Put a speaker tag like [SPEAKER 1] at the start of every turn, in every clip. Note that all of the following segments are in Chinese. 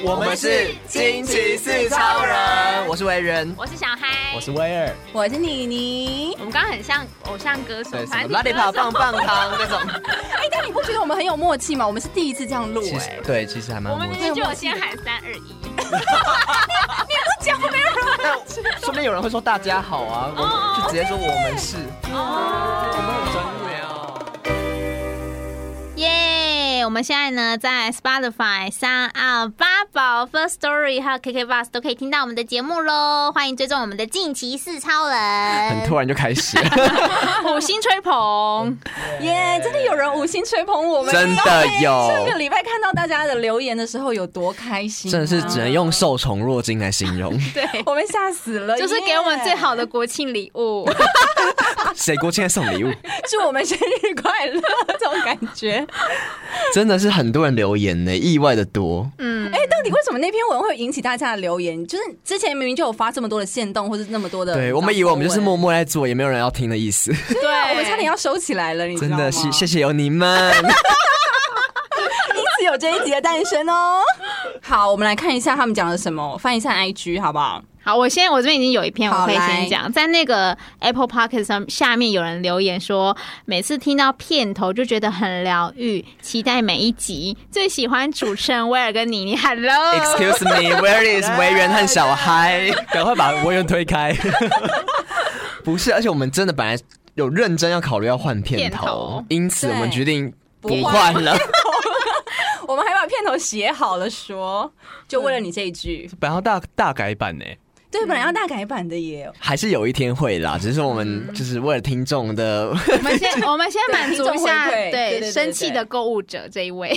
[SPEAKER 1] 我
[SPEAKER 2] 我们是惊奇四超人，我是维人，
[SPEAKER 3] 我是小嗨，
[SPEAKER 1] 我是威尔，
[SPEAKER 4] 我是妮妮
[SPEAKER 3] 我。们刚刚很像偶像歌手
[SPEAKER 2] 对，，什
[SPEAKER 3] 反
[SPEAKER 2] 么
[SPEAKER 3] 正
[SPEAKER 2] 拉力跑棒棒糖那种，
[SPEAKER 4] 哎、但你不觉得我们很有默契吗？我们是第一次这样录、
[SPEAKER 2] 其
[SPEAKER 4] 哎
[SPEAKER 2] 实，对，其实还蛮
[SPEAKER 3] 我们
[SPEAKER 2] 默
[SPEAKER 3] 明
[SPEAKER 2] 契。
[SPEAKER 3] 明就有先喊三二一，
[SPEAKER 2] 但说不定有人会说大家好啊，我
[SPEAKER 3] 哦
[SPEAKER 2] 们就直接说我们是，
[SPEAKER 3] 哦，
[SPEAKER 2] 我们很专业哦。
[SPEAKER 3] 耶！我们现在呢，在 Spotify、三二八宝、First Story 还有 KK Bus 都可以听到我们的节目喽。欢迎追踪我们的近期四超人，
[SPEAKER 2] 然就开 始，
[SPEAKER 3] 五星吹捧，
[SPEAKER 4] 哎耶、真的有人五星吹捧我们，
[SPEAKER 2] 真的
[SPEAKER 4] 哎
[SPEAKER 2] 有
[SPEAKER 4] 上个礼拜看到大家的留言的时候有多开心、
[SPEAKER 2] 真的是只能用受宠若惊来形 容。
[SPEAKER 3] 对，
[SPEAKER 4] 我们吓死了，
[SPEAKER 3] 就是给我们最好的国庆礼物。
[SPEAKER 2] 谁国庆还送礼物？
[SPEAKER 4] 耶，祝我们生日快乐这种感觉。
[SPEAKER 2] 嗯真的是很多人留言呢，意外的多。
[SPEAKER 3] 嗯，
[SPEAKER 4] 哎、到底为什么那篇文会引起大家的留言？就是之前明明就有发这么多的线动，或是那么多的，
[SPEAKER 2] 对我们以为我们就是默默在做，也没有人要听的意思。
[SPEAKER 3] 对，
[SPEAKER 4] 哎我们差点要收起来了，你知
[SPEAKER 2] 真
[SPEAKER 4] 道吗？
[SPEAKER 2] 的是谢谢有你们。
[SPEAKER 4] 因此有这一集的诞生哦。好，我们来看一下他们讲了什么，翻一下 IG 好不好？
[SPEAKER 3] 好，我现在我这边已经有一篇，
[SPEAKER 4] 好
[SPEAKER 3] 我可以
[SPEAKER 4] 来
[SPEAKER 3] 先讲，在那个 Apple p o c k e t 上下面有人留言说，每次听到片头就觉得很疗愈，期待每一集，最喜欢主持人威尔跟妮妮，Hello。
[SPEAKER 2] Excuse me，Where is 维园和小 嗨？
[SPEAKER 1] 赶快把文员推开。
[SPEAKER 2] 不是，而且我们真的本来有认真要考虑要换片
[SPEAKER 3] 片
[SPEAKER 2] 头
[SPEAKER 3] 头，
[SPEAKER 2] 因此我们决定
[SPEAKER 4] 不
[SPEAKER 2] 不换了。
[SPEAKER 4] 我们还把片头写好了说，就为了你这一句。
[SPEAKER 1] 本来要大大改版呢，
[SPEAKER 4] 嗯对，本来要大改版的耶。
[SPEAKER 2] 还是有一天会啦，只是我
[SPEAKER 1] 嗯
[SPEAKER 2] 们就是为了听众的，
[SPEAKER 3] 我们先我们先满足一下
[SPEAKER 4] 对听众回馈对对对
[SPEAKER 3] 生气的购物者这一位，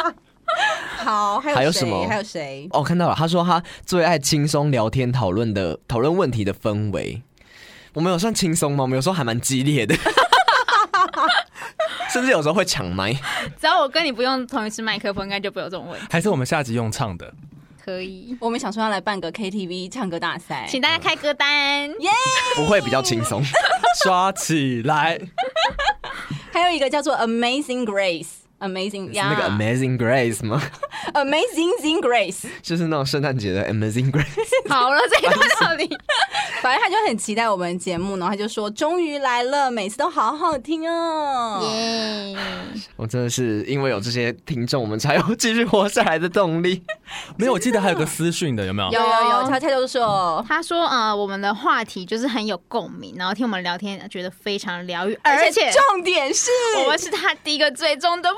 [SPEAKER 4] 好，还有
[SPEAKER 2] 还有
[SPEAKER 4] 谁
[SPEAKER 2] 什么
[SPEAKER 4] 还有谁？
[SPEAKER 2] 哦，看到了，他说他最爱轻松聊天讨论的讨论问题的氛围。我们有算轻松吗？我们有时候还蛮激烈 的，甚至有时候会抢麦。
[SPEAKER 3] 只要我跟你不用同一支麦克风，应该就不会有这种问题。
[SPEAKER 1] 还是我们下集用唱的。
[SPEAKER 3] 可以，
[SPEAKER 4] 我们想说要来办个 KTV 唱歌大赛，
[SPEAKER 3] 请大家开歌 单。
[SPEAKER 2] 不会比较轻松。
[SPEAKER 1] 刷起来，
[SPEAKER 4] 还有一个叫做 Amazing Grace。Amazing
[SPEAKER 2] 是那个 Amazing Grace 吗？
[SPEAKER 4] Amazing Zing Grace，
[SPEAKER 2] 就是那种圣诞节的 Amazing Grace。
[SPEAKER 3] 好了，这一段到底
[SPEAKER 4] 反正他就很期待我们节目，然后他就说终于来了，每次都好好听哦。
[SPEAKER 3] 耶，
[SPEAKER 2] 我真的是因为有这些听众，我们才有继续活下来的动力。
[SPEAKER 1] 没有，我记得还有个私讯的，有没有？
[SPEAKER 4] 有有有，他他就说，
[SPEAKER 3] 他说：“呃，我们的话题就是很有共鸣，然后听我们聊天，觉得非常疗愈，而且
[SPEAKER 4] 重点是
[SPEAKER 3] 我们是他第一个最终的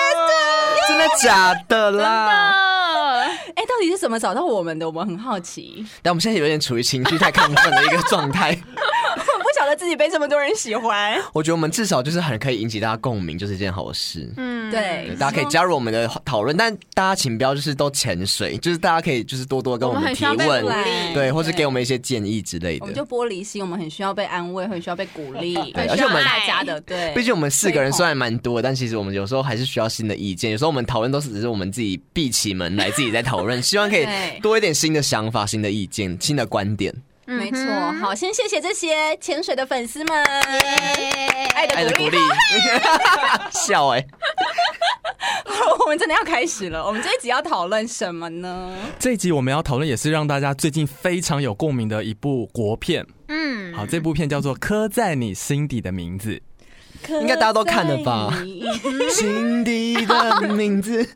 [SPEAKER 3] podcast，
[SPEAKER 2] 真的假的啦？
[SPEAKER 4] 哎、到底是怎么找到我们的？我们很好奇，
[SPEAKER 2] 但我们现在有点处于情绪太亢奋的一个状态。
[SPEAKER 4] 我不晓得自己被这么多人喜欢。
[SPEAKER 2] 我觉得我们至少就是很可以引起大家共鸣，就是一件好事。
[SPEAKER 3] 嗯，
[SPEAKER 2] 对
[SPEAKER 4] 对，
[SPEAKER 2] 大家可以加入我们的讨论，但大家请不要就是都潜水，就是大家可以就是多多跟
[SPEAKER 3] 我们
[SPEAKER 2] 们
[SPEAKER 3] 很需
[SPEAKER 2] 提
[SPEAKER 3] 要被
[SPEAKER 2] 问
[SPEAKER 3] 鼓，
[SPEAKER 4] 对
[SPEAKER 3] 励，
[SPEAKER 2] 对，或是给我们一些建议之类
[SPEAKER 4] 我
[SPEAKER 2] 的
[SPEAKER 4] 们。就玻璃心，我们很需要被安慰，很需要被鼓励，
[SPEAKER 2] 对
[SPEAKER 4] 很需
[SPEAKER 2] 而且
[SPEAKER 4] 要
[SPEAKER 2] 我们
[SPEAKER 4] 大家的对。
[SPEAKER 2] 毕竟我们四个人
[SPEAKER 4] 吹捧
[SPEAKER 2] 虽然蛮多，但其实我们有时候还是需要新的意见。有时候我们讨论都是只是我们自己闭起门来自己在讨论，希望可以
[SPEAKER 4] 对
[SPEAKER 2] 多一点新的想法、新的意见、新的观 点。
[SPEAKER 3] 嗯
[SPEAKER 4] 没错，好，先谢谢这些潜水的粉丝们，爱
[SPEAKER 3] 耶，
[SPEAKER 4] 的
[SPEAKER 2] 爱的
[SPEAKER 4] 鼓
[SPEAKER 2] 鼓
[SPEAKER 4] 励。
[SPEAKER 2] 励， 笑 哎、
[SPEAKER 4] 好 我们真的要开始了，我们这一集要讨论什么呢？
[SPEAKER 1] 这一集我们要讨论也是让大家最近非常有共鸣的一部国片。
[SPEAKER 3] 嗯，
[SPEAKER 1] 好，这部片叫做《刻在你心底的名字》。
[SPEAKER 2] 应该大家都看了吧
[SPEAKER 4] 刻在 你？
[SPEAKER 2] 心底的名字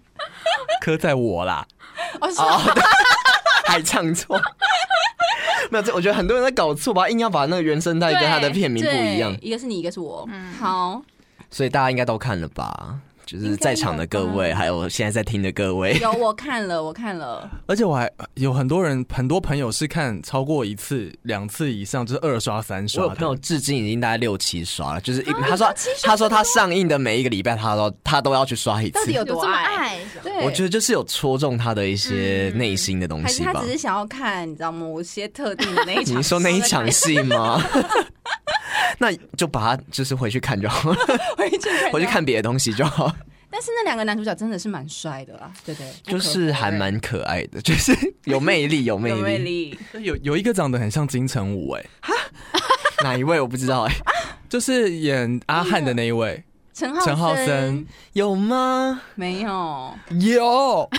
[SPEAKER 1] 刻在我啦，
[SPEAKER 4] 哦，是
[SPEAKER 2] 哦，对还唱错。没有，这我觉得很多人在搞错吧，硬要把那个原声带跟他的片名不一样
[SPEAKER 4] 对，一个是你，一个是我。好，
[SPEAKER 2] 所以大家应该都看了吧？就是在场的各
[SPEAKER 4] 嗯
[SPEAKER 2] 位，还有现在在听的各位，
[SPEAKER 4] 有我看了，我 看了。
[SPEAKER 1] 而且我还有很多人，很多朋友是看超过一次、两次以上，就是二刷、三
[SPEAKER 2] 我有
[SPEAKER 1] 刷
[SPEAKER 2] 朋
[SPEAKER 1] 的。
[SPEAKER 2] 友至今已经大概六七刷了，就是一、他说
[SPEAKER 4] 啊七刷
[SPEAKER 2] 他说他上映的每一个礼拜，他都他都要去刷一
[SPEAKER 4] 到
[SPEAKER 2] 次
[SPEAKER 4] 底。有
[SPEAKER 3] 有
[SPEAKER 4] 多
[SPEAKER 3] 这么
[SPEAKER 4] 爱？
[SPEAKER 3] 爱，
[SPEAKER 4] 对，嗯
[SPEAKER 2] 我觉得就是有戳中他的一些内心的东
[SPEAKER 4] 还是
[SPEAKER 2] 西
[SPEAKER 4] 他
[SPEAKER 2] 吧
[SPEAKER 4] 只。是想要看，你知道吗？某些特定的那 一场。
[SPEAKER 2] 你说那一场戏吗？ 那就把它就是回去看就好了，
[SPEAKER 4] 回去看，
[SPEAKER 2] 回去。看别的东西就好。
[SPEAKER 4] 但是那两个男主角真的是蛮帅的啦，对对，不可
[SPEAKER 2] 就是还
[SPEAKER 4] 否认
[SPEAKER 2] 蛮可爱的， 就是有魅力，有魅
[SPEAKER 4] 有魅
[SPEAKER 2] 力。
[SPEAKER 4] 力。
[SPEAKER 1] 有有一个长得很像金城武、哎，
[SPEAKER 2] 哪一位我不知道哎、
[SPEAKER 1] 就是演阿汉的那一位，
[SPEAKER 4] 嗯陈浩
[SPEAKER 1] 陈浩森，
[SPEAKER 2] 有吗？
[SPEAKER 4] 没有，
[SPEAKER 1] 有，
[SPEAKER 4] 为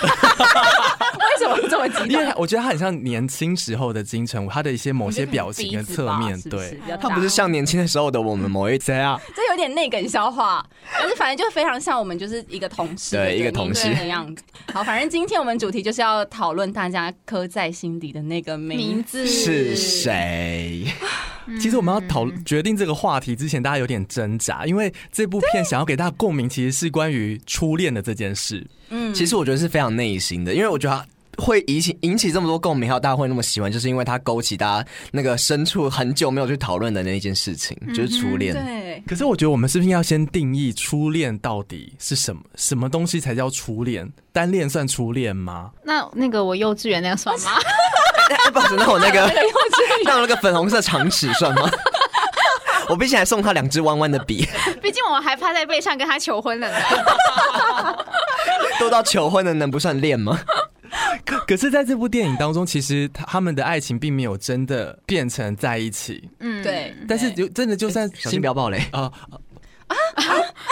[SPEAKER 4] 什么这么激
[SPEAKER 1] 因
[SPEAKER 4] 动？
[SPEAKER 1] 为我觉得他很像年轻时候的金城武，他的一些某些表情跟侧面
[SPEAKER 4] 鼻子吧
[SPEAKER 1] 对
[SPEAKER 4] 是不是。比较
[SPEAKER 2] 他不是
[SPEAKER 4] 大
[SPEAKER 2] 像年轻的时候的我们某一谁啊？
[SPEAKER 4] 这有点内梗消化，但是反正就非常像我们就是一个同事，
[SPEAKER 2] 对一个同事
[SPEAKER 4] 的样子。好，反正今天我们主题就是要讨论大家刻在心底的那个
[SPEAKER 3] 名
[SPEAKER 4] 名字。
[SPEAKER 3] 字
[SPEAKER 2] 是？谁？嗯
[SPEAKER 1] 其实我们要讨决定这个话题之前，大家有点挣扎，因为这部片想要给大家共鸣，其实是关于初恋的这件事。
[SPEAKER 4] 嗯，
[SPEAKER 2] 其实我觉得是非常内心的，因为我觉得它会引起引起这么多共鸣，还有大家会那么喜欢，就是因为它勾起大家那个深处很久没有去讨论的那一件事情，就是初 恋。
[SPEAKER 4] 嗯对，
[SPEAKER 1] 可是我觉得我们是不是要先定义初恋到底是什么？什么东西才叫初恋？单恋算初恋吗？
[SPEAKER 3] 那那个我幼稚园那个算 吗？
[SPEAKER 2] 哎、哎不好意思，那我那个那我那个粉红色长尺算吗？ 我毕竟还送他两支弯弯的笔，
[SPEAKER 3] 毕竟我还趴在背上跟他求婚了呢。
[SPEAKER 2] 都到求婚了，能不算恋吗？
[SPEAKER 1] 可可是，在这部电影当中，其实他他们的爱情并没有真的变成在一起，
[SPEAKER 3] 嗯，
[SPEAKER 4] 对，
[SPEAKER 1] 但是就真的就算
[SPEAKER 2] 哎小心不要暴雷。
[SPEAKER 1] 啊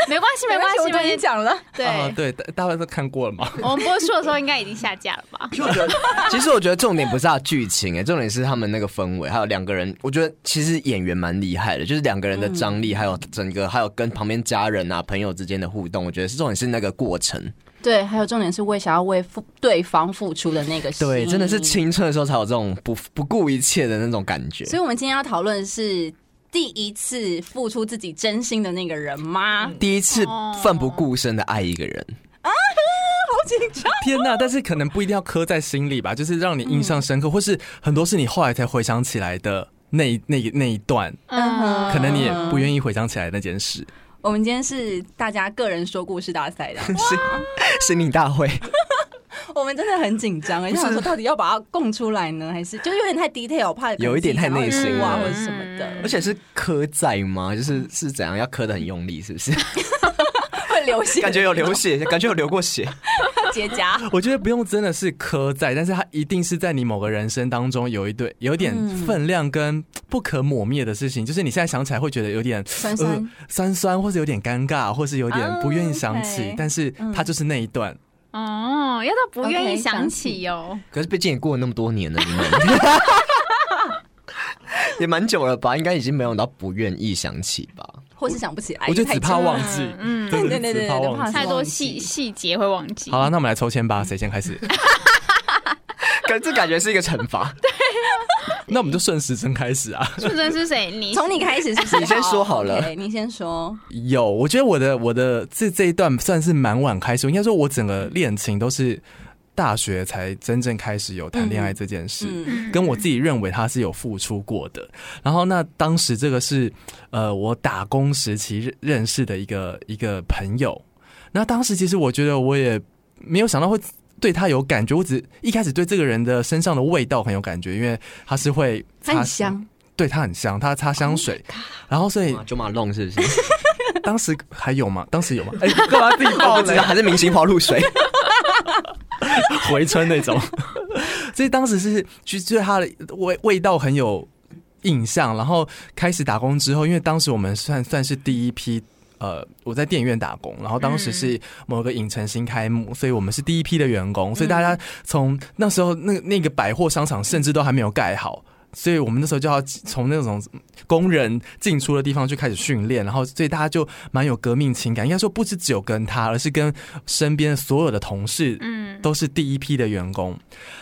[SPEAKER 3] 没关系，
[SPEAKER 4] 没
[SPEAKER 3] 没关
[SPEAKER 4] 关系，我
[SPEAKER 3] 系，
[SPEAKER 4] 都已
[SPEAKER 3] 没
[SPEAKER 4] 经讲了。
[SPEAKER 3] 对。
[SPEAKER 1] 啊，对，大大家都看过了嘛？
[SPEAKER 3] 我们播出的时候应该已经下架了吧？
[SPEAKER 2] 其实我觉得，其实我觉得重点不是他的剧情、哎，重点是他们那个氛围，还有两个人。我觉得其实演员蛮厉害的，就是两个人的张力，还有整个，还有跟旁边家人啊、朋友之间的互动，我觉得是重点是那个过程。
[SPEAKER 4] 对，还有重点是为想要为付对方付出的那个心
[SPEAKER 2] 对，真的是青春的时候才有这种不不顾一切的那种感觉。
[SPEAKER 4] 所以，我们今天要讨论的是第一次付出自己真心的那个人吗？
[SPEAKER 2] 第一次奋不顾身的爱一个人，
[SPEAKER 1] 天呐！但是可能不一定要刻在心里吧，就是让你印
[SPEAKER 4] 嗯
[SPEAKER 1] 象深刻，或是很多是你后来才回想起来的那一那一那一段，
[SPEAKER 4] 嗯哼
[SPEAKER 1] 可能你也不愿意回想起来那件事。
[SPEAKER 4] 我们今天是大家个人说故事大赛 的，啊
[SPEAKER 2] 心
[SPEAKER 4] 哦
[SPEAKER 2] 心灵大会。
[SPEAKER 4] 我们真的很紧张，而欸且想说到底要把它供出来呢，还是就是有点太 detail，我怕
[SPEAKER 2] 有一点太内心
[SPEAKER 4] 啊，
[SPEAKER 2] 了
[SPEAKER 4] 或者什么的
[SPEAKER 1] 嗯
[SPEAKER 2] 而，且是磕在吗？就是是怎样要磕的很用力，是不是？
[SPEAKER 4] 会流血，
[SPEAKER 2] 感觉有流血，感觉有流过血。
[SPEAKER 4] 结痂。
[SPEAKER 1] 我觉得不用真的是刻在，但是它一定是在你某个人生当中有一对有一点
[SPEAKER 4] 嗯
[SPEAKER 1] 分量跟不可抹灭的事情，就是你现在想起来会觉得有点
[SPEAKER 4] 酸酸
[SPEAKER 1] 呃酸酸，或是有点尴尬，或是有点
[SPEAKER 4] 啊
[SPEAKER 1] 不愿意想起，
[SPEAKER 4] OK 嗯
[SPEAKER 1] 但是它就是那一段。
[SPEAKER 3] 哦，要到不愿
[SPEAKER 4] OK，
[SPEAKER 3] 意想
[SPEAKER 4] 想起
[SPEAKER 3] 起哦哟。
[SPEAKER 2] 可是毕竟也过了那么多年了，你们 也蛮久了吧？应该已经没有到不愿意想起吧？
[SPEAKER 4] 或是想不起来，
[SPEAKER 1] 我就
[SPEAKER 4] 啊太
[SPEAKER 1] 只怕
[SPEAKER 4] 久了
[SPEAKER 1] 忘记，
[SPEAKER 3] 嗯嗯
[SPEAKER 1] 真
[SPEAKER 4] 对
[SPEAKER 1] 的
[SPEAKER 4] 对
[SPEAKER 1] 是
[SPEAKER 4] 对
[SPEAKER 1] 只怕
[SPEAKER 4] 对
[SPEAKER 1] 啊忘
[SPEAKER 4] 怕
[SPEAKER 1] 记。
[SPEAKER 3] 太多
[SPEAKER 4] 忘记
[SPEAKER 3] 细细节会忘记。
[SPEAKER 1] 好了，那我们来抽签吧，谁先开 始？
[SPEAKER 2] 可这感觉是一个惩 罚。
[SPEAKER 1] 那我们就顺时针开始啊。
[SPEAKER 3] 素贞是谁？你
[SPEAKER 4] 从你开始是不是？哦
[SPEAKER 2] 你先说好了
[SPEAKER 4] OK，你先说。
[SPEAKER 1] 有，我觉得我的我的这这一段算是蛮晚开始，应该说我整个恋情都是大学才真正开始有谈恋爱这件事。
[SPEAKER 4] 嗯，
[SPEAKER 1] 跟我自己认为他是有付出过的。然后那当时这个是呃我打工时期认认识的一个一个朋友，那当时其实我觉得我也没有想到会。对他有感觉，我只一开始对这个人的身上的味道很有感觉，因为他是会
[SPEAKER 4] 他
[SPEAKER 1] 擦
[SPEAKER 4] 很，香，Oh
[SPEAKER 1] 对他很香，他擦香水然后所以
[SPEAKER 2] 九哎马弄是不是？
[SPEAKER 1] 当时还有吗？当时有吗？哎、干嘛自己
[SPEAKER 2] 哦，
[SPEAKER 1] 爆
[SPEAKER 2] 我知道，还是明星抛露水。
[SPEAKER 1] 回春那种。 所以当时是其实对它的味味道很有印象。然后开始打工之后，因为当时我们算算是第一批。呃，我在电影院打工，然后当时是某个影城新开幕，所以我们是第一批的员工，所以大家从那时候那那个百货商场甚至都还没有盖好，所以我们那时候就要从那种工人进出的地方就开始训练，然后所以大家就蛮有革命情感，应该说不是只有跟他，而是跟身边所有的同事
[SPEAKER 3] 嗯
[SPEAKER 1] 都是第一批的员工。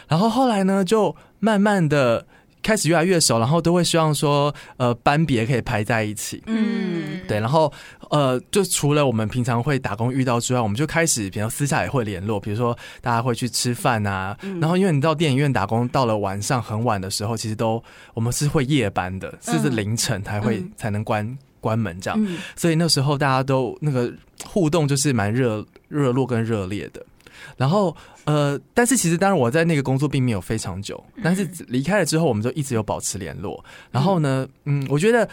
[SPEAKER 1] 然后后来呢，就慢慢的开始越来越熟，然后都会希望说，呃，班别可以排在一起。
[SPEAKER 4] 嗯，
[SPEAKER 1] 对，然后呃，就除了我们平常会打工遇到之外，我们就开始，比如私下也会联络，比如说大家会去吃饭啊。
[SPEAKER 4] 嗯
[SPEAKER 1] 然后因为你到电影院打工，到了晚上很晚的时候，其实都我们是会夜班的，是至凌晨才会、
[SPEAKER 4] 嗯
[SPEAKER 1] 才能关关门这样。
[SPEAKER 4] 嗯，
[SPEAKER 1] 所以那时候大家都那个互动就是蛮热热络跟热烈的。然后呃，但是其实当然我在那个工作并没有非常久，但是离开了之后，我们就一直有保持联络。然后呢，嗯，我觉得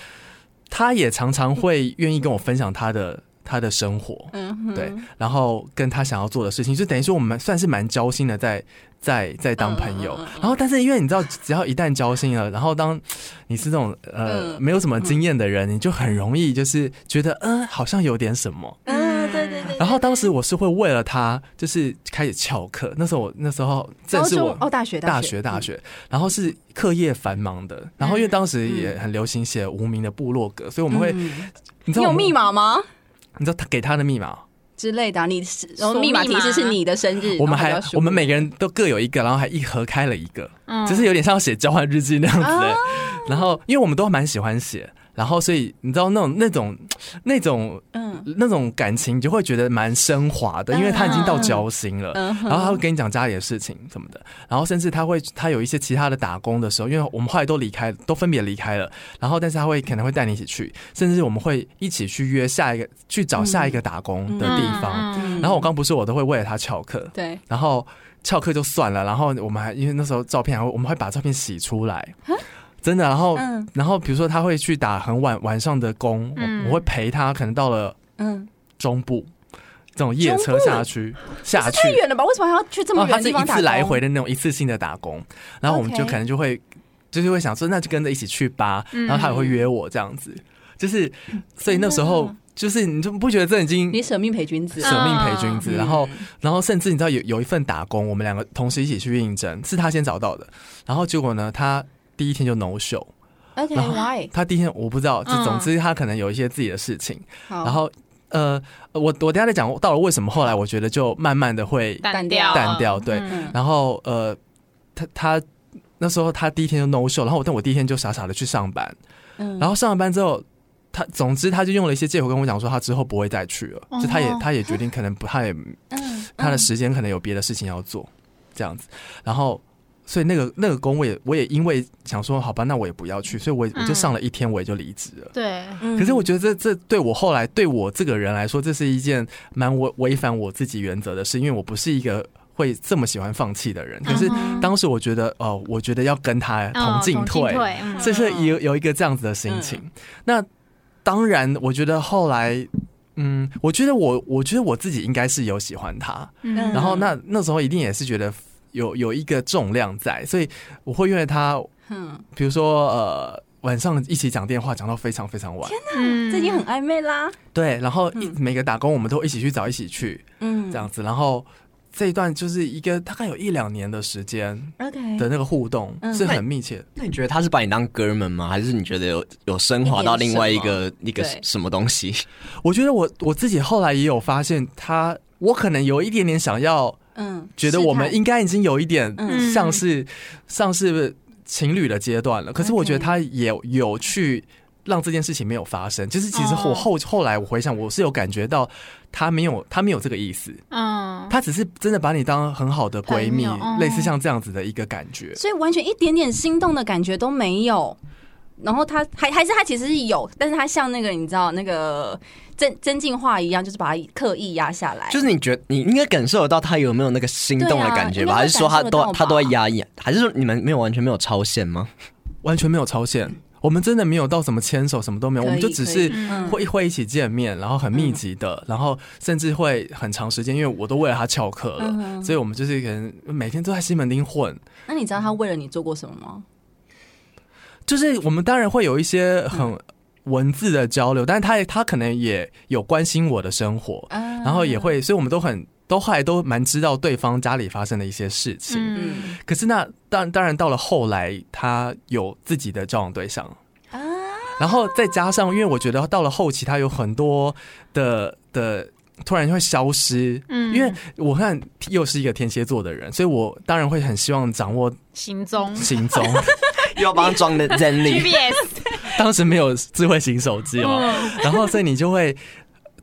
[SPEAKER 1] 他也常常会愿意跟我分享他的。他的生活，
[SPEAKER 4] 嗯哼
[SPEAKER 1] 对，然后跟他想要做的事情，就等于说我们算是蛮交心的在，在在当朋
[SPEAKER 4] 嗯
[SPEAKER 1] 友。然后，但是因为你知道，只要一旦交心了，然后当你是这种呃
[SPEAKER 4] 嗯
[SPEAKER 1] 没有什么经验的人，你就很容易就是觉得嗯、好像有点什么。
[SPEAKER 4] 嗯，对对对。
[SPEAKER 1] 然后当时我是会为了他，就是开始翘课。那时候我那时候正是我
[SPEAKER 4] 高中哦大学
[SPEAKER 1] 大
[SPEAKER 4] 大
[SPEAKER 1] 学
[SPEAKER 4] 学
[SPEAKER 1] 大学，然后是课业繁忙的。然后因为当时也很流行写无名的部落格，所以我们会，你知
[SPEAKER 4] 嗯你
[SPEAKER 1] 道
[SPEAKER 4] 有
[SPEAKER 1] 我们
[SPEAKER 4] 密，码吗？
[SPEAKER 1] 你知道他给他的密码，
[SPEAKER 4] 之类的啊，你是然后
[SPEAKER 3] 锁
[SPEAKER 4] 密码
[SPEAKER 3] 密
[SPEAKER 4] 提示
[SPEAKER 3] 码
[SPEAKER 4] 是你的生日，
[SPEAKER 1] 我们
[SPEAKER 4] 然后
[SPEAKER 1] 还
[SPEAKER 4] 要输
[SPEAKER 1] 我们每个人都各有一个，然后还一合开了一个，
[SPEAKER 3] 嗯
[SPEAKER 1] 就是有点像写交换日记那样子
[SPEAKER 4] 哦
[SPEAKER 1] 的。然后因为我们都蛮喜欢写，然后所以你知道那种那种那种
[SPEAKER 4] 嗯
[SPEAKER 1] 那种感情，你就会觉得蛮升华的，因为他已经到交心了。
[SPEAKER 4] 嗯哼
[SPEAKER 1] 然后他会跟你讲家里的事情什么的，然后甚至他会他有一些其他的打工的时候，因为我们后来都离开，都分别离开了，然后但是他会可能会带你一起去，甚至我们会一起去约下一个去找下一个打工的地方。
[SPEAKER 4] 嗯
[SPEAKER 1] 然后我刚不是我都会为了他翘课，
[SPEAKER 4] 对
[SPEAKER 1] 然后翘课就算了，然后我们还因为那时候照片还会我们会把照片洗出来，真的，然后、
[SPEAKER 4] 嗯
[SPEAKER 1] 然后比如说他会去打很晚晚上的工，
[SPEAKER 3] 嗯
[SPEAKER 1] 我我会陪他，可能到了
[SPEAKER 4] 嗯，
[SPEAKER 1] 中部这种夜车下去下啊去
[SPEAKER 4] 太。远了吧？为什么还要去这
[SPEAKER 1] 然
[SPEAKER 4] 么
[SPEAKER 1] 后
[SPEAKER 4] 远
[SPEAKER 1] 他
[SPEAKER 4] 的
[SPEAKER 1] 是
[SPEAKER 4] 地
[SPEAKER 1] 一
[SPEAKER 4] 方打
[SPEAKER 1] 次
[SPEAKER 4] 工？
[SPEAKER 1] 来回的那种一次性的打工，然后我们就
[SPEAKER 4] OK 嗯
[SPEAKER 1] 可能就会就是会想说，那就跟着一起去吧。然后他也会约我这样子，就是所以那时候就是你就不觉得这已经
[SPEAKER 4] 你舍命陪君子，
[SPEAKER 1] 舍命陪君子，
[SPEAKER 4] 嗯
[SPEAKER 1] 然后然后甚至你知道有有一份打工，我们两个同时一起去应征，是他先找到的，然后结果呢，他第一天就 no show，
[SPEAKER 4] OK
[SPEAKER 1] 然后
[SPEAKER 4] Why？
[SPEAKER 1] 他第一天我不知道，就
[SPEAKER 3] 嗯
[SPEAKER 1] 总之他可能有一些自己的事情，
[SPEAKER 4] 好
[SPEAKER 1] 然后呃，我我等一下再讲到了为什么后来我觉得就慢慢的会，
[SPEAKER 3] 淡
[SPEAKER 4] 掉
[SPEAKER 1] 淡掉对
[SPEAKER 3] 嗯
[SPEAKER 1] 然后呃，他他。那时候他第一天就 no show，然后我但我第一天就傻傻的去上班，
[SPEAKER 4] 嗯
[SPEAKER 1] 然后上完班之后，他总之他就用了一些借口跟我讲说他之后不会再去了，
[SPEAKER 4] 哦
[SPEAKER 1] 就他也他也决定可能不他也
[SPEAKER 4] 嗯
[SPEAKER 1] 他的时间可能有别的事情要做，这样子。然后，所以那个那个工我也我也因为想说，好吧，那我也不要去，所以我也我就上了一天，我也就离职了。
[SPEAKER 3] 对，
[SPEAKER 4] 嗯
[SPEAKER 1] 可是我觉得这这对我后来对我这个人来说，这是一件蛮违违反我自己原则的事，因为我不是一个会这么喜欢放弃的人。可是
[SPEAKER 3] 嗯哦
[SPEAKER 1] 当时我觉得，哦，我觉得要跟他同进退，
[SPEAKER 3] 退，嗯
[SPEAKER 1] 所以是有有一个这样子的心情。那当然，我觉得后来，嗯，我觉得我我觉得我自己应该是有喜欢他，
[SPEAKER 4] 嗯
[SPEAKER 1] 然后那那时候一定也是觉得有有一个重量在，所以我会因为他，
[SPEAKER 4] 嗯，
[SPEAKER 1] 比如说呃晚上一起讲电话，讲到非常非常晚，
[SPEAKER 3] 嗯
[SPEAKER 4] 这已经很暧昧啦，
[SPEAKER 1] 对，然后一、每个打工我们都一起去找，一起去
[SPEAKER 4] 嗯
[SPEAKER 1] 这样子，然后这一段就是一个大概有一两年的时间
[SPEAKER 4] OK
[SPEAKER 1] 的那个互动
[SPEAKER 4] 嗯
[SPEAKER 1] 是很密切的，
[SPEAKER 2] 那你觉得他是把你当哥们吗？还是你觉得有有升华到另外一个一个
[SPEAKER 4] 对
[SPEAKER 2] 什么东西？
[SPEAKER 1] 我觉得我我自己后来也有发现他，我可能有一点点想要
[SPEAKER 4] 嗯，
[SPEAKER 1] 觉得我们应该已经有一点
[SPEAKER 4] 嗯
[SPEAKER 1] 像是、像是情侣的阶段了，可是我觉得他也有去让这件事情没有发生。就是其实我
[SPEAKER 3] 哦
[SPEAKER 1] 后、后来我回想，我是有感觉到他没有他没有这个意思，
[SPEAKER 3] 嗯，
[SPEAKER 1] 他只是真的把你当很好的闺蜜，
[SPEAKER 3] 朋友哦
[SPEAKER 1] 类似像这样子的一个感觉。
[SPEAKER 4] 所以完全一点点心动的感觉都没有。然后他还还是他其实是有，但是他像那个你知道那个真真进化一样，就是把它刻意压下来。
[SPEAKER 2] 就是你觉得你应该感受得到他有没有那个心动的感觉吧？
[SPEAKER 4] 对啊
[SPEAKER 2] 还是说他
[SPEAKER 4] 应该会
[SPEAKER 2] 都
[SPEAKER 4] 感受得到吧
[SPEAKER 2] 他都在压抑？啊还是说你们没有完全没有超限吗？
[SPEAKER 1] 完全没有超限。我们真的没有到什么牵手，什么都没有，
[SPEAKER 4] 可以
[SPEAKER 1] 我们就只是
[SPEAKER 4] 可以嗯
[SPEAKER 1] 会会一起见面，然后很密集的，然后甚至会很长时间，因为我都为了他翘课
[SPEAKER 4] 嗯
[SPEAKER 1] 了，所以我们就是可能每天都在西门町混，
[SPEAKER 4] 那你知道他为了你做过什么吗？
[SPEAKER 1] 就是我们当然会有一些
[SPEAKER 3] 嗯
[SPEAKER 1] 很文字的交流，但是他也他可能也有关心我的生活，
[SPEAKER 3] 嗯
[SPEAKER 4] 啊
[SPEAKER 1] 然后也会，所以我们都很都后来都蛮知道对方家里发生的一些事情。
[SPEAKER 3] 嗯，
[SPEAKER 1] 可是那当当然到了后来，他有自己的交往对象，
[SPEAKER 4] 啊，
[SPEAKER 1] 然后再加上，因为我觉得到了后期，他有很多的的突然会消失。
[SPEAKER 3] 嗯
[SPEAKER 1] 因为我看又是一个天蝎座的人，所以我当然会很希望掌握
[SPEAKER 3] 行踪
[SPEAKER 1] 行踪。
[SPEAKER 2] 又要帮他装的真 理，
[SPEAKER 3] GPS，
[SPEAKER 1] 当时没有智慧型手机哦，然后所以你就会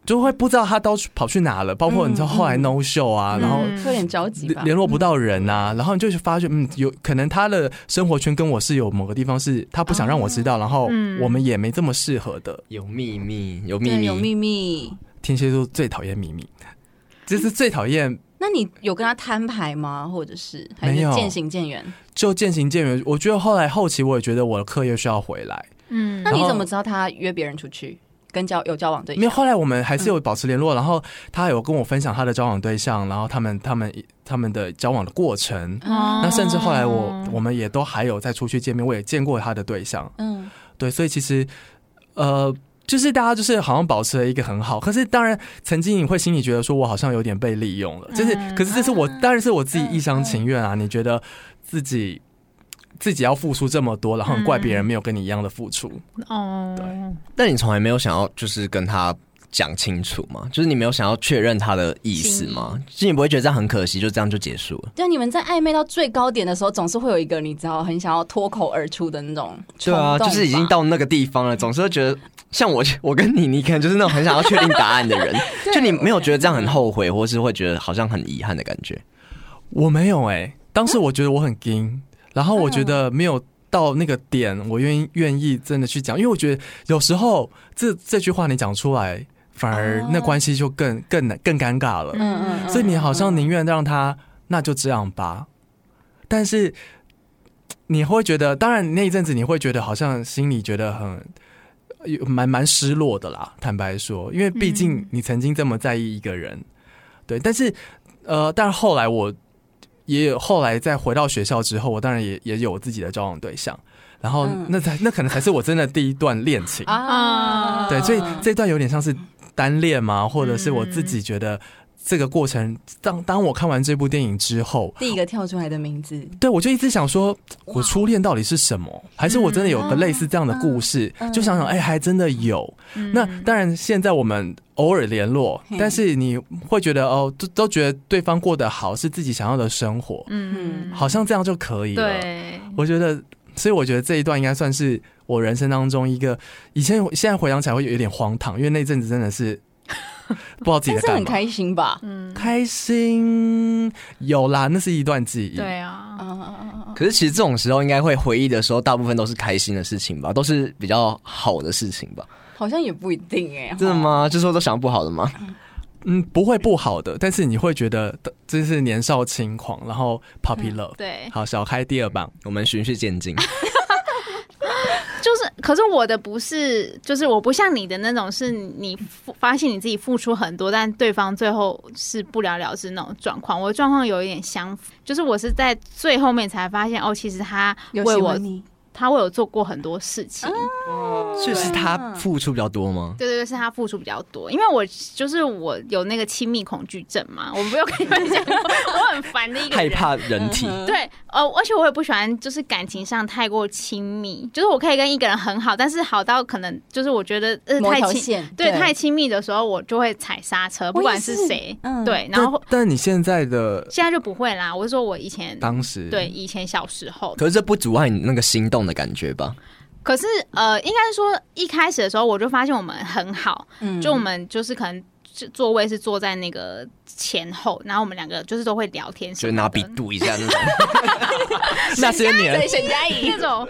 [SPEAKER 1] 就会不知道他都去跑去哪了，包括你知道后来 no show 啊，然后
[SPEAKER 3] 嗯
[SPEAKER 4] 有点着急吧
[SPEAKER 1] 联？联络不到人啊，然后你就去发觉，嗯，有可能他的生活圈跟我是有某个地方是他不想让我知道，然后
[SPEAKER 3] 嗯
[SPEAKER 1] 我们也没这么适合的。
[SPEAKER 2] 有秘密，有秘
[SPEAKER 4] 对，
[SPEAKER 2] 密，
[SPEAKER 4] 有秘密。
[SPEAKER 1] 天蝎座最讨厌秘密，就是最讨厌
[SPEAKER 4] 那你有跟他摊牌吗？或者是还是
[SPEAKER 1] 没有
[SPEAKER 4] 渐行渐远？
[SPEAKER 1] 就渐行渐远。我觉得后来后期我也觉得我的课业需要回来，
[SPEAKER 3] 嗯
[SPEAKER 4] 那
[SPEAKER 1] 然
[SPEAKER 4] 你
[SPEAKER 1] 后
[SPEAKER 4] 怎么知道他约别人出去？跟交有交往对
[SPEAKER 1] 没
[SPEAKER 4] 象
[SPEAKER 1] 有，，后来我们还是有保持联络，然后他有跟我分享他的交往对象，然后他们他们他们的交往的过程。
[SPEAKER 4] 哦
[SPEAKER 3] 啊
[SPEAKER 1] 那甚至后来
[SPEAKER 3] 哦
[SPEAKER 1] 我我们也都还有再出去见面，我也见过他的对象，
[SPEAKER 4] 嗯，
[SPEAKER 1] 对，所以其实呃，就是大家就是好像保持了一个很好，可是当然曾经你会心里觉得说我好像有点被利用了，就是
[SPEAKER 3] 嗯
[SPEAKER 1] 可是这是我当然是我自己一厢情愿啊，你觉得自己自己要付出这么多，然后很怪别
[SPEAKER 3] 嗯
[SPEAKER 1] 人没有跟你一样的付出，
[SPEAKER 3] 哦，
[SPEAKER 2] 但你从来没有想要就是跟他讲清楚吗？就是你没有想要确认他的意思吗？就是你不会觉得这样很可惜，就这样就结束了？
[SPEAKER 4] 就你们在暧昧到最高点的时候，总是会有一个你知道很想要脱口而出的那种
[SPEAKER 2] 对
[SPEAKER 4] 冲
[SPEAKER 2] 啊，
[SPEAKER 4] 动吧，
[SPEAKER 2] 就是已经到那个地方了，总是会觉得像我， 我跟你，你可能就是那种很想要确定答案的人，就你没有觉得这样很后悔，或是会觉得好像很遗憾的感觉。
[SPEAKER 1] 我没有哎、当时我觉得我很硬，然后我觉得没有到那个点，我愿意愿意真的去讲，因为我觉得有时候这这句话你讲出来，反而
[SPEAKER 4] 哦
[SPEAKER 1] 那关系就更更难更尴尬了。
[SPEAKER 4] 嗯嗯嗯，
[SPEAKER 1] 所以你好像宁愿让他那就这样吧，但是你会觉得，当然那一阵子你会觉得好像心里觉得很。有蛮蛮失落的啦，坦白说，因为毕竟你曾经这么在意一个人，对，但是呃，但后来我也有后来再回到学校之后，我当然也也有我自己的交往对象，然后
[SPEAKER 4] 嗯
[SPEAKER 1] 那才那可能才是我真的第一段恋情，
[SPEAKER 4] 啊，
[SPEAKER 1] 对，所以这段有点像是单恋嘛，或者是我自己觉得这个过程，当当我看完这部电影之后，
[SPEAKER 4] 第一个跳出来的名字，
[SPEAKER 1] 对我就一直想说，我初恋到底是什么？还是我真的有个类似这样的故事？
[SPEAKER 4] 嗯嗯嗯
[SPEAKER 1] 就想想，哎、还真的有。
[SPEAKER 3] 嗯
[SPEAKER 1] 那当然，现在我们偶尔联络
[SPEAKER 4] 嘿，
[SPEAKER 1] 但是你会觉得哦，都都觉得对方过得好，是自己想要的生活，
[SPEAKER 3] 嗯，
[SPEAKER 1] 好像这样就可以了。
[SPEAKER 3] 对，
[SPEAKER 1] 我觉得，所以我觉得这一段应该算是我人生当中一个以前现在回想起来会有点荒唐，因为那阵子真的是不知道自己在
[SPEAKER 4] 但是
[SPEAKER 1] 干
[SPEAKER 4] 很
[SPEAKER 1] 嘛。
[SPEAKER 4] 开心吧？
[SPEAKER 3] 嗯，
[SPEAKER 1] 开心有啦，那是一段记忆。
[SPEAKER 3] 对啊，
[SPEAKER 4] 啊，
[SPEAKER 2] 可是其实这种时候应该会回忆的时候，大部分都是开心的事情吧，都是比较好的事情吧？
[SPEAKER 4] 好像也不一定哎，
[SPEAKER 2] 真的吗？就说都想不好的吗？
[SPEAKER 1] 嗯，不会不好的，但是你会觉得这是年少轻狂，然后 puppy love。
[SPEAKER 3] 对，
[SPEAKER 1] 好，小开第二棒。
[SPEAKER 2] 我们循序渐进。
[SPEAKER 3] 就是，可是我的不是，就是我不像你的那种，是你付发现你自己付出很多，但对方最后是不了了之那种状况。我的状况有一点相反，就是我是在最后面才发现，哦，其实他
[SPEAKER 4] 有
[SPEAKER 3] 为
[SPEAKER 4] 喜
[SPEAKER 3] 我
[SPEAKER 4] 欢，你
[SPEAKER 3] 他为我做过很多事情。
[SPEAKER 2] 所以是他付出比较多吗？
[SPEAKER 3] 对对对，是他付出比较多，因为我就是我有那个亲密恐惧症嘛，我没有跟你们讲过，我很烦的一个
[SPEAKER 2] 害
[SPEAKER 3] 人。
[SPEAKER 2] 怕人体，
[SPEAKER 3] 对，呃，而且我也不喜欢，就是感情上太过亲密。就是我可以跟一个人很好，但是好到可能就是我觉得呃
[SPEAKER 4] 某一
[SPEAKER 3] 太
[SPEAKER 4] 条
[SPEAKER 3] 亲，
[SPEAKER 4] 线，
[SPEAKER 3] 对太亲密的时候，我就会踩刹车，不管是谁，
[SPEAKER 4] 嗯
[SPEAKER 3] 对。然后
[SPEAKER 1] 但但你现在的
[SPEAKER 3] 现在就不会啦。我是说我以前
[SPEAKER 1] 当时，
[SPEAKER 3] 对以前小时候，
[SPEAKER 2] 可是这不阻碍你那个心动的感觉吧？
[SPEAKER 3] 可是呃，应该是说一开始的时候，我就发现我们很好，
[SPEAKER 4] 嗯
[SPEAKER 3] 就我们就是可能是座位是坐在那个前后，然后我们两个就是都会聊天
[SPEAKER 2] 就
[SPEAKER 3] 什
[SPEAKER 2] 是
[SPEAKER 3] 么的，
[SPEAKER 2] 拿笔度一下那种。 那些年，
[SPEAKER 4] 沈佳 宜
[SPEAKER 3] 那种。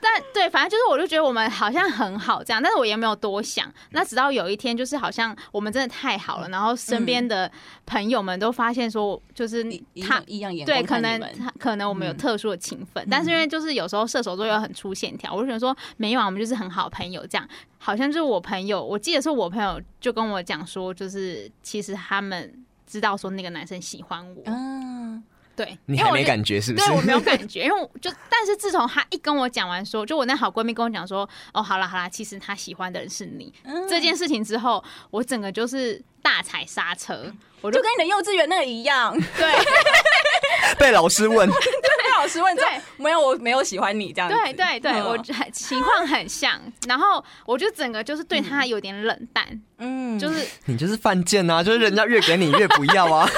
[SPEAKER 3] 但对，反正就是，我就觉得我们好像很好这样，但是我也没有多想。那直到有一天，就是好像我们真的太好了，然后身
[SPEAKER 4] 嗯
[SPEAKER 3] 边的朋友们都发现说，就是他
[SPEAKER 4] 异样眼
[SPEAKER 3] 对，
[SPEAKER 4] 光
[SPEAKER 3] 可
[SPEAKER 4] 看你
[SPEAKER 3] 能
[SPEAKER 4] 们，
[SPEAKER 3] 他可能我们有
[SPEAKER 4] 嗯
[SPEAKER 3] 特殊的情分，但是因为就是有时候射手座又很粗线条，我就想说没有啊，我们就是很好的朋友这样。好像就是我朋友，我记得是我朋友就跟我讲说，就是其实他们知道说那个男生喜欢我，
[SPEAKER 4] 嗯，
[SPEAKER 3] 对，
[SPEAKER 2] 你
[SPEAKER 3] 因为
[SPEAKER 2] 还
[SPEAKER 3] 我
[SPEAKER 2] 没
[SPEAKER 3] 就
[SPEAKER 2] 感觉是不是
[SPEAKER 3] 对？我没有感觉，因为我就但是自从他一跟我讲完说，就我那好闺蜜跟我讲说，哦，好啦好啦，其实他喜欢的人是你、
[SPEAKER 4] 嗯
[SPEAKER 3] 这件事情之后，我整个就是大踩刹车，我就
[SPEAKER 4] 就跟你的幼稚园那个 一样，
[SPEAKER 3] 对
[SPEAKER 2] 被老师问，
[SPEAKER 4] 被老师问之后
[SPEAKER 3] 对
[SPEAKER 4] 没有，我没有喜欢你这样子，
[SPEAKER 3] 对对对，
[SPEAKER 4] 嗯
[SPEAKER 3] 我觉得情况很像，然后我就整个就是对
[SPEAKER 2] 嗯
[SPEAKER 3] 他有点冷淡，
[SPEAKER 4] 嗯
[SPEAKER 3] 就是
[SPEAKER 2] 你就是犯贱啊！就是人家越给你越不要啊！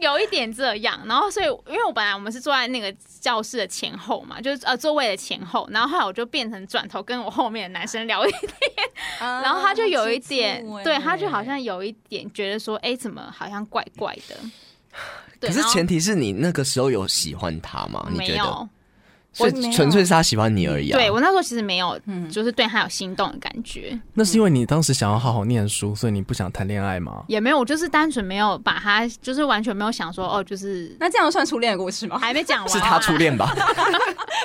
[SPEAKER 3] 有一点这样，然后所以因为我本来我们是坐在那个教室的前后嘛，就是呃座位的前后，然后后来我就变成转头跟我后面的男生聊一
[SPEAKER 4] 啊
[SPEAKER 3] 然后他就有一点
[SPEAKER 4] 吃醋欸，
[SPEAKER 3] 对他就好像有一点觉得说，哎、怎么好像怪怪 的？对
[SPEAKER 2] 可是
[SPEAKER 3] 然后
[SPEAKER 2] 前提是你那个时候有喜欢他吗？你
[SPEAKER 3] 没
[SPEAKER 2] 觉得？
[SPEAKER 3] 有，
[SPEAKER 2] 所
[SPEAKER 4] 我没
[SPEAKER 2] 以
[SPEAKER 4] 有
[SPEAKER 2] 纯粹是他喜欢你而已啊。
[SPEAKER 3] 对我那时候其实没有，
[SPEAKER 4] 嗯
[SPEAKER 3] 就是对他有心动的感觉，
[SPEAKER 1] 那是因为你当时想要好好念书，所以你不想谈恋爱吗？
[SPEAKER 3] 也没有，我就是单纯没有把他，就是完全没有想说哦， 就是
[SPEAKER 4] 那这样算初恋的故事 吗？
[SPEAKER 3] 还没讲 完、啊
[SPEAKER 2] 是他初。恋吧？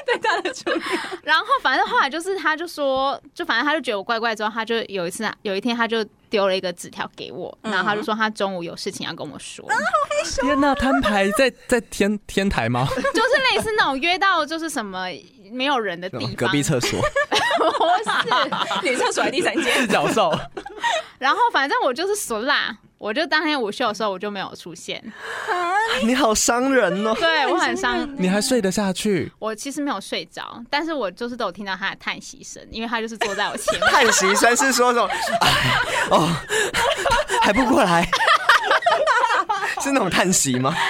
[SPEAKER 4] 对，他 的初恋。
[SPEAKER 3] 然后反正后来就是，他就说，就反正他就觉得我怪怪，之后他就有一次，有一天他就丢了一个纸条给我，
[SPEAKER 4] 嗯
[SPEAKER 3] 然后他就说他中午有事情要跟我说，
[SPEAKER 1] 天呐，摊牌在在天天台吗？
[SPEAKER 3] 就是类似那种约到就是什么 没有人的地方，
[SPEAKER 2] 隔 壁厕所，
[SPEAKER 3] 不是。
[SPEAKER 4] 女厕所的第三 间，
[SPEAKER 1] 角兽，
[SPEAKER 3] 然后反正我就是怂啦，我就当天午休的时候我就没有出 现，
[SPEAKER 2] 你好伤人哦。
[SPEAKER 3] 对我很伤。
[SPEAKER 1] 你还睡得下去？
[SPEAKER 3] 我其实没有睡着，但是我就是都有听到他的叹息声，因为他就是坐在我前面。
[SPEAKER 2] 叹息声是说什么？ 哎哦， 还不过来， 是那种叹息吗？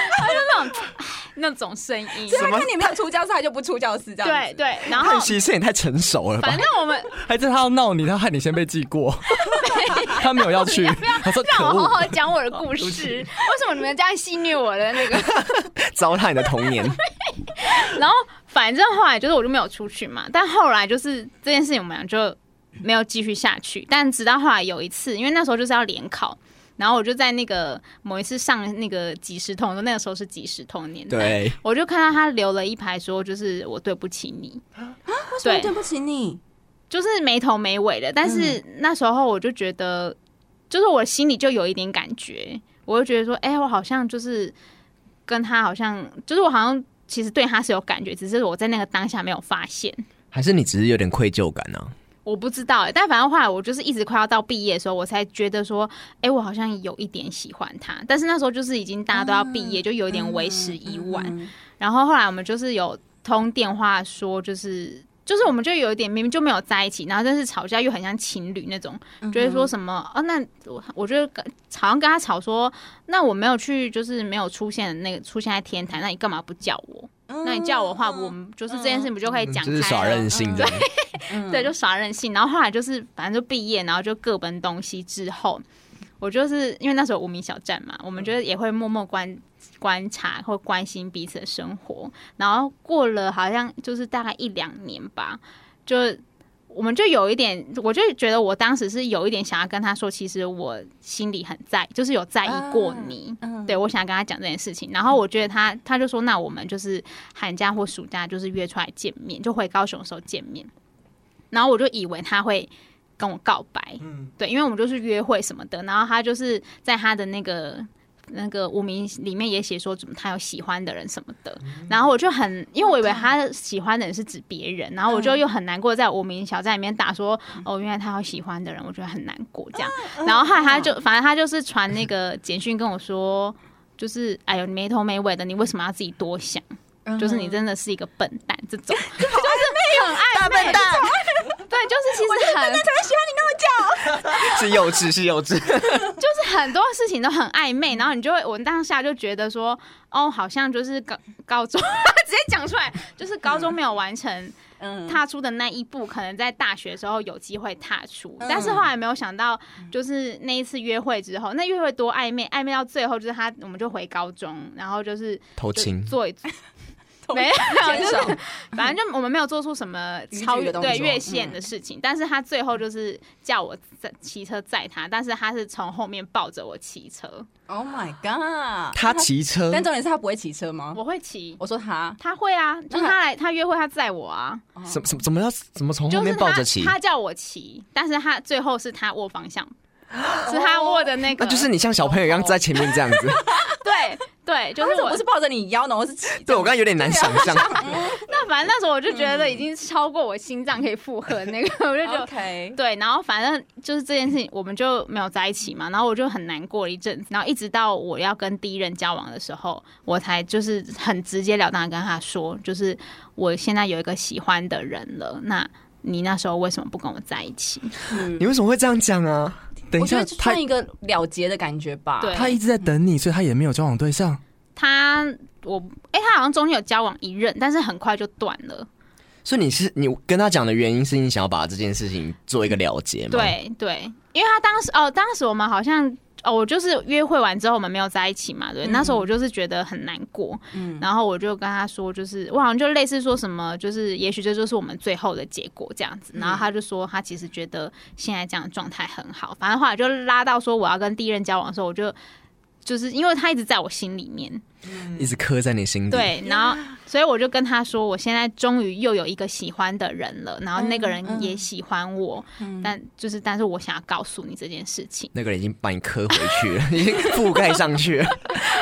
[SPEAKER 3] 那种声音。
[SPEAKER 4] 所以啊他看你没有出教室，他就不出教室这样
[SPEAKER 3] 对
[SPEAKER 4] 子。
[SPEAKER 3] 对，然后
[SPEAKER 2] 叹息声也太成熟了吧
[SPEAKER 3] 啊反？正我们
[SPEAKER 1] 还是他要闹你，他害你先被记 过，他没有要去，他说可
[SPEAKER 3] 让我好
[SPEAKER 1] 恶，
[SPEAKER 3] 好讲我的 故事。为什么你们这样戏虐我的那个？
[SPEAKER 2] 糟蹋你的童 年，
[SPEAKER 3] 然后反正后来就是我就没有出去嘛，但后来就是这件事情我们俩就没有继续下去。但直到后来有一次，因为那时候就是要联考。然后我就在那个某一次上那个即时通，那个时候是即时通的年代，
[SPEAKER 2] 对，
[SPEAKER 3] 我就看到他留了一排说，就是我对不起你，
[SPEAKER 4] 为什么
[SPEAKER 3] 对
[SPEAKER 4] 哦对不起你？
[SPEAKER 3] 就是没头没尾的。但是那时候我就觉得，就是我心里就有一点感觉，我就觉得说，哎、我好像就是跟他好像，就是我好像其实对他是有感觉，只是我在那个当下没有发现。
[SPEAKER 2] 还是你只是有点愧疚感呢、啊
[SPEAKER 3] 我不知道、欸，但反正后来我就是一直快要到毕业的时候，我才觉得说，哎、我好像有一点喜欢他。但是那时候就是已经大家都要毕业，就有
[SPEAKER 4] 有
[SPEAKER 3] 点为时已晚。
[SPEAKER 4] 嗯
[SPEAKER 3] 然后后来我们就是有通电话说，就是就是我们就有一点明明就没有在一起，然后但是吵架又很像情侣那种，
[SPEAKER 2] 嗯
[SPEAKER 3] 就会说什么哦，那我我就跟好像跟他吵说，那我没有去，就是没有出现那个出现在天台，那你干嘛不叫我？
[SPEAKER 4] 嗯
[SPEAKER 3] 那你叫我的话，我们就是这件事情不就可以
[SPEAKER 2] 嗯
[SPEAKER 3] 哎讲
[SPEAKER 2] 就是
[SPEAKER 3] 开
[SPEAKER 2] 耍
[SPEAKER 3] 了？
[SPEAKER 2] 任性这样。
[SPEAKER 3] 对，就耍任性。然后后来就是反正就毕业，然后就各奔东西之后，我就是因为那时候无名小站嘛，我们就是也会默默观观察或关心彼此的生活。然后过了好像就是大概一两年吧，就。我们就有一点，我就觉得我当时是有一点想要跟他说，其实我心里很在，就是有在意过你，
[SPEAKER 4] 嗯，
[SPEAKER 3] 对我想跟他讲这件事情，然后我觉得他他就说，那我们就是寒假或暑假就是约出来见面，就回高雄的时候见面。然后我就以为他会跟我告白，
[SPEAKER 1] 嗯
[SPEAKER 3] 对，因为我们就是约会什么的。然后他就是在他的那个那个无名里面也写说，怎么他有喜欢的人什么的。然后我就很，因为我以为他喜欢的人是指别人，然后我就又很难过，在无名小站里面打说，哦，原来他有喜欢的人，我觉得很难过这样。然后后来他就，反正他就是传那个简讯跟我说。就是哎呦，你没头没尾的，你为什么要自己多想？就是你真的是一个笨蛋，这种就是很暧昧，
[SPEAKER 4] 蛋，
[SPEAKER 3] 对，就是其实很
[SPEAKER 2] 是幼稚，是幼稚。
[SPEAKER 3] 就是很多事情都很暧昧，然后你就会，我当下就觉得说，哦，好像就是高高中 直接讲出来，就是高中没有完成
[SPEAKER 4] 嗯
[SPEAKER 3] 踏出的那一步，可能在大学的时候有机会踏出，但是后来没有想到，就是那一次约会之后，那约会多暧昧，暧昧到最后就是他，我们就回高中，然后就是
[SPEAKER 2] 偷
[SPEAKER 3] 就
[SPEAKER 2] 情，
[SPEAKER 3] 做一 没有，就是反正就我们没有做出什么超
[SPEAKER 4] 逾矩
[SPEAKER 3] 越
[SPEAKER 4] 的动作嗯
[SPEAKER 3] 对越线的事情，但是他最后就是叫我在骑车载他，但是他是从后面抱着我骑车，
[SPEAKER 4] ，Oh my god！
[SPEAKER 2] 他骑车
[SPEAKER 4] 但重点是他不会骑车吗？
[SPEAKER 3] 我会骑，
[SPEAKER 4] 我说他，
[SPEAKER 3] 他会啊，就是他来他约会他载我啊，
[SPEAKER 2] 什么什么怎么要怎么从后
[SPEAKER 3] 就是
[SPEAKER 2] 面
[SPEAKER 3] 他
[SPEAKER 2] 抱着骑？
[SPEAKER 3] 他叫我骑，但是他最后是他握方向。是他
[SPEAKER 4] 哦
[SPEAKER 3] 握的那个，
[SPEAKER 2] 那啊就是你像小朋友一样在前面这样子。
[SPEAKER 3] 对对，就
[SPEAKER 4] 他
[SPEAKER 3] 是
[SPEAKER 4] 怎么
[SPEAKER 3] 我
[SPEAKER 4] 啊不是抱着你腰，然后 是骑？
[SPEAKER 2] 对我刚才有点难想象，
[SPEAKER 3] 那反正那时候我就觉得已经超过我心脏可以负荷的那个，我就觉得
[SPEAKER 4] 嗯 OK，
[SPEAKER 3] 对，然后反正就是这件事情，我们就没有在一起嘛。然后我就很难过了一阵子，然后一直到我要跟第一任交往的时候，我才就是很直截了当的跟他说，就是我现在有一个喜欢的人了，那。你那时候为什么不跟我在一起？
[SPEAKER 2] 你为什么会这样讲啊？
[SPEAKER 1] 等一
[SPEAKER 4] 我觉
[SPEAKER 1] 下
[SPEAKER 4] 得就，
[SPEAKER 1] 他
[SPEAKER 4] 算一个了结的感觉吧。
[SPEAKER 3] 对
[SPEAKER 1] 他一直在等你，所以他也没有交往对象。
[SPEAKER 3] 他，我，哎、他好像中间有交往一任，但是很快就断了。
[SPEAKER 2] 所以你是你跟他讲的原因是你想要把这件事情做一个了结吗？，
[SPEAKER 3] 对对，因为他当时哦，当时我们好像哦，我就是约会完之后我们没有在一起嘛，对，
[SPEAKER 4] 嗯
[SPEAKER 3] 那时候我就是觉得很难过，
[SPEAKER 4] 嗯，
[SPEAKER 3] 然后我就跟他说，就是我好像就类似说什么，就是也许这就是我们最后的结果这样
[SPEAKER 4] 嗯
[SPEAKER 3] 子。然后他就说他其实觉得现在这样的状态很好，反正后来就拉到说我要跟第一任交往的时候，我就就是因为他一直在我心里面，
[SPEAKER 2] 一直刻在你心底。，
[SPEAKER 3] 对，然后所以我就跟他说，我现在终于又有一个喜欢的人了，然后那个
[SPEAKER 4] 嗯嗯嗯
[SPEAKER 3] 人也喜欢我，但就是但是我想要告诉你这件事情。
[SPEAKER 2] 那个人已经把你刻回去了，已 经覆盖上去 了。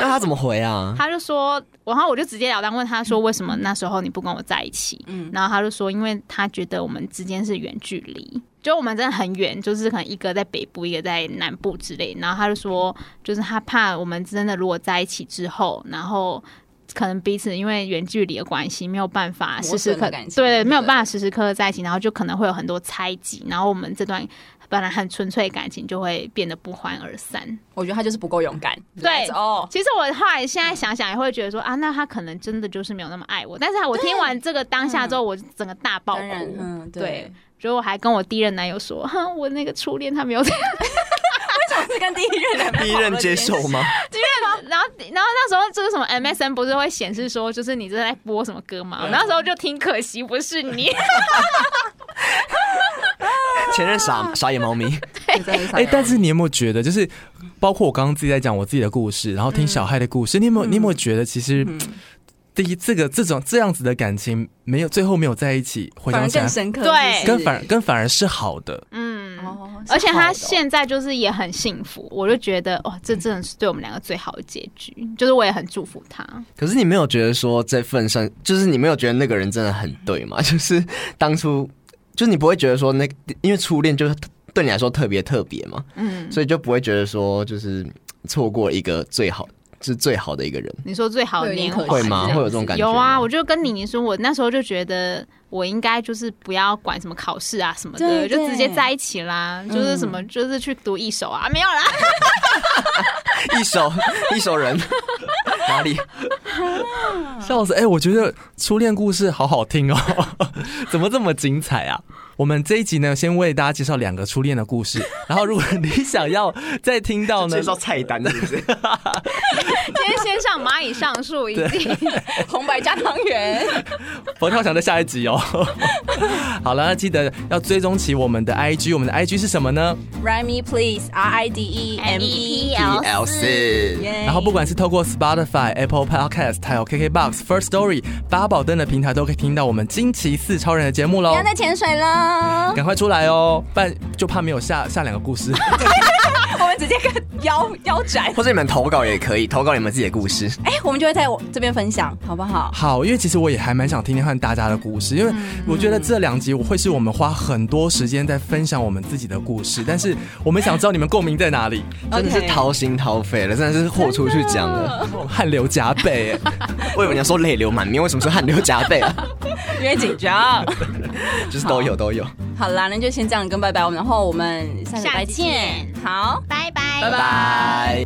[SPEAKER 2] 那他怎么回啊？
[SPEAKER 3] 他就说，然后我就直截了当问他说，为什么那时候你不跟我在一起？
[SPEAKER 4] 嗯
[SPEAKER 3] 然后他就说，因为他觉得我们之间是远距离，就我们真的很远，就是可能一个在北部，一个在南部之类。然后他就说，就是他怕我们真的如果在一起之后，然后。可能彼此因为远距离的关系，没有办法时时
[SPEAKER 4] 磨损
[SPEAKER 3] 刻
[SPEAKER 4] 的感情
[SPEAKER 3] 对，
[SPEAKER 4] 对
[SPEAKER 3] 没有办法时时刻刻在一起，然后就可能会有很多猜忌，然后我们这段本来很纯粹的感情就会变得不欢而散。
[SPEAKER 4] 我觉得他就是不够勇敢。
[SPEAKER 3] 对
[SPEAKER 4] 哦，
[SPEAKER 3] 其实我后来现在想想，也会觉得说啊，那他可能真的就是没有那么爱我。但是我听完这个当下之后，我整个大爆
[SPEAKER 4] 当然，
[SPEAKER 3] 哭。
[SPEAKER 4] 嗯，对
[SPEAKER 3] 对，，所以我还跟我第一任男友说，哼，我那个初恋他没有这样。
[SPEAKER 4] 是跟第一任男朋
[SPEAKER 2] 第一
[SPEAKER 4] 友讨论
[SPEAKER 2] 任接
[SPEAKER 4] 这件事
[SPEAKER 2] 受吗？
[SPEAKER 3] 然后，然后那时候就是什么 MSN 不是会显示说，就是你正在播什么歌
[SPEAKER 4] 嗯
[SPEAKER 3] 嘛？我那时候就听，可惜不是 你。
[SPEAKER 2] 前任 傻傻眼猫咪，
[SPEAKER 4] 情？对 啊
[SPEAKER 1] 哎、但是你有没有觉得，就是包括我刚刚自己在讲我自己的故事，然后听小孩的故事，你有没
[SPEAKER 4] 嗯
[SPEAKER 1] 有你有没有觉得，其实、第一这个这种这样子的感情没有最后没有在一起，回想
[SPEAKER 4] 反而
[SPEAKER 1] 起来
[SPEAKER 4] 更深刻，
[SPEAKER 3] 对
[SPEAKER 4] 是不
[SPEAKER 1] 跟
[SPEAKER 4] 是
[SPEAKER 1] 反而跟反而是好的。
[SPEAKER 3] 嗯，
[SPEAKER 4] 哦，
[SPEAKER 3] 而且
[SPEAKER 4] 是好的
[SPEAKER 3] 他
[SPEAKER 4] 哦
[SPEAKER 3] 现在就是也很幸福，我就觉得哇，这真的是对我们两个最好的结局。就是我也很祝福他。
[SPEAKER 2] 可是你没有觉得说这份上，就是你没有觉得那个人真的很对吗？ 就是当初，就是你不会觉得说那，因为初恋就是对你来说特别特别嘛，
[SPEAKER 3] 嗯，
[SPEAKER 2] 所以就不会觉得说就是错过一个最好，就是最好的一个人，
[SPEAKER 3] 你说最好的年华
[SPEAKER 2] 会吗？
[SPEAKER 4] 是这样子
[SPEAKER 2] 会有这种感觉
[SPEAKER 3] 有
[SPEAKER 2] 吗？
[SPEAKER 3] 啊，我就跟妮妮说，我那时候就觉得我应该就是不要管什么考试啊什么的，
[SPEAKER 4] 对
[SPEAKER 3] 就直接
[SPEAKER 4] 对
[SPEAKER 3] 在一起啦，就是什么、
[SPEAKER 2] 嗯
[SPEAKER 3] 就是去读一手啊，没有啦，
[SPEAKER 2] 一手一手人哪里？
[SPEAKER 1] 笑死！哎、我觉得初恋故事好好听哦， 怎么这么精彩啊？我们这一集呢，先为大家介绍两个初恋的故事，然后如果你想要再听到 呢，
[SPEAKER 2] 菜单是不是？
[SPEAKER 3] 先先上蚂蚁上树一定。
[SPEAKER 4] 红白加汤 圆，
[SPEAKER 1] 佛跳墙的下一集哦。 好了，那记得要追踪起我们的 IG，我们的 IG 是什么呢？
[SPEAKER 4] Rhyme me please, R I D E M E，
[SPEAKER 2] L C，
[SPEAKER 4] 耶
[SPEAKER 1] 然后不管是透过 Spotify、Apple Podcast，还有 KKBox、First Story、八宝灯的平台，都可以听到我们惊奇四超人的节目
[SPEAKER 4] 不
[SPEAKER 1] 喽
[SPEAKER 4] 要。再潜 水了，
[SPEAKER 1] 赶快出来哦，不然就怕没有下下两个故事。
[SPEAKER 4] 我们直接跟腰腰 斩，
[SPEAKER 2] 或者你们投稿也可以，投稿你们自己的故事。
[SPEAKER 4] 哎，我们就会在我这边分享，好不好？
[SPEAKER 1] 好，因为其实我也还蛮想听听看大家的故事，因为我觉得这两集我会是我们花很多时间在分享我们自己的故事，但是我们想知道你们共鸣在哪里，
[SPEAKER 2] 真的是
[SPEAKER 4] OK
[SPEAKER 2] 掏心掏肺了，真的是豁出去讲了。
[SPEAKER 1] 汗流浃背耶。
[SPEAKER 2] 我以为你要说泪流满面，为什么是汗流浃背啊？
[SPEAKER 4] 因为紧张。
[SPEAKER 2] 就是都有都有。
[SPEAKER 4] 好啦，那就先这样跟拜拜，我们然后我们下礼拜
[SPEAKER 3] 下集见
[SPEAKER 4] 见，好。
[SPEAKER 3] 拜拜，
[SPEAKER 2] 拜。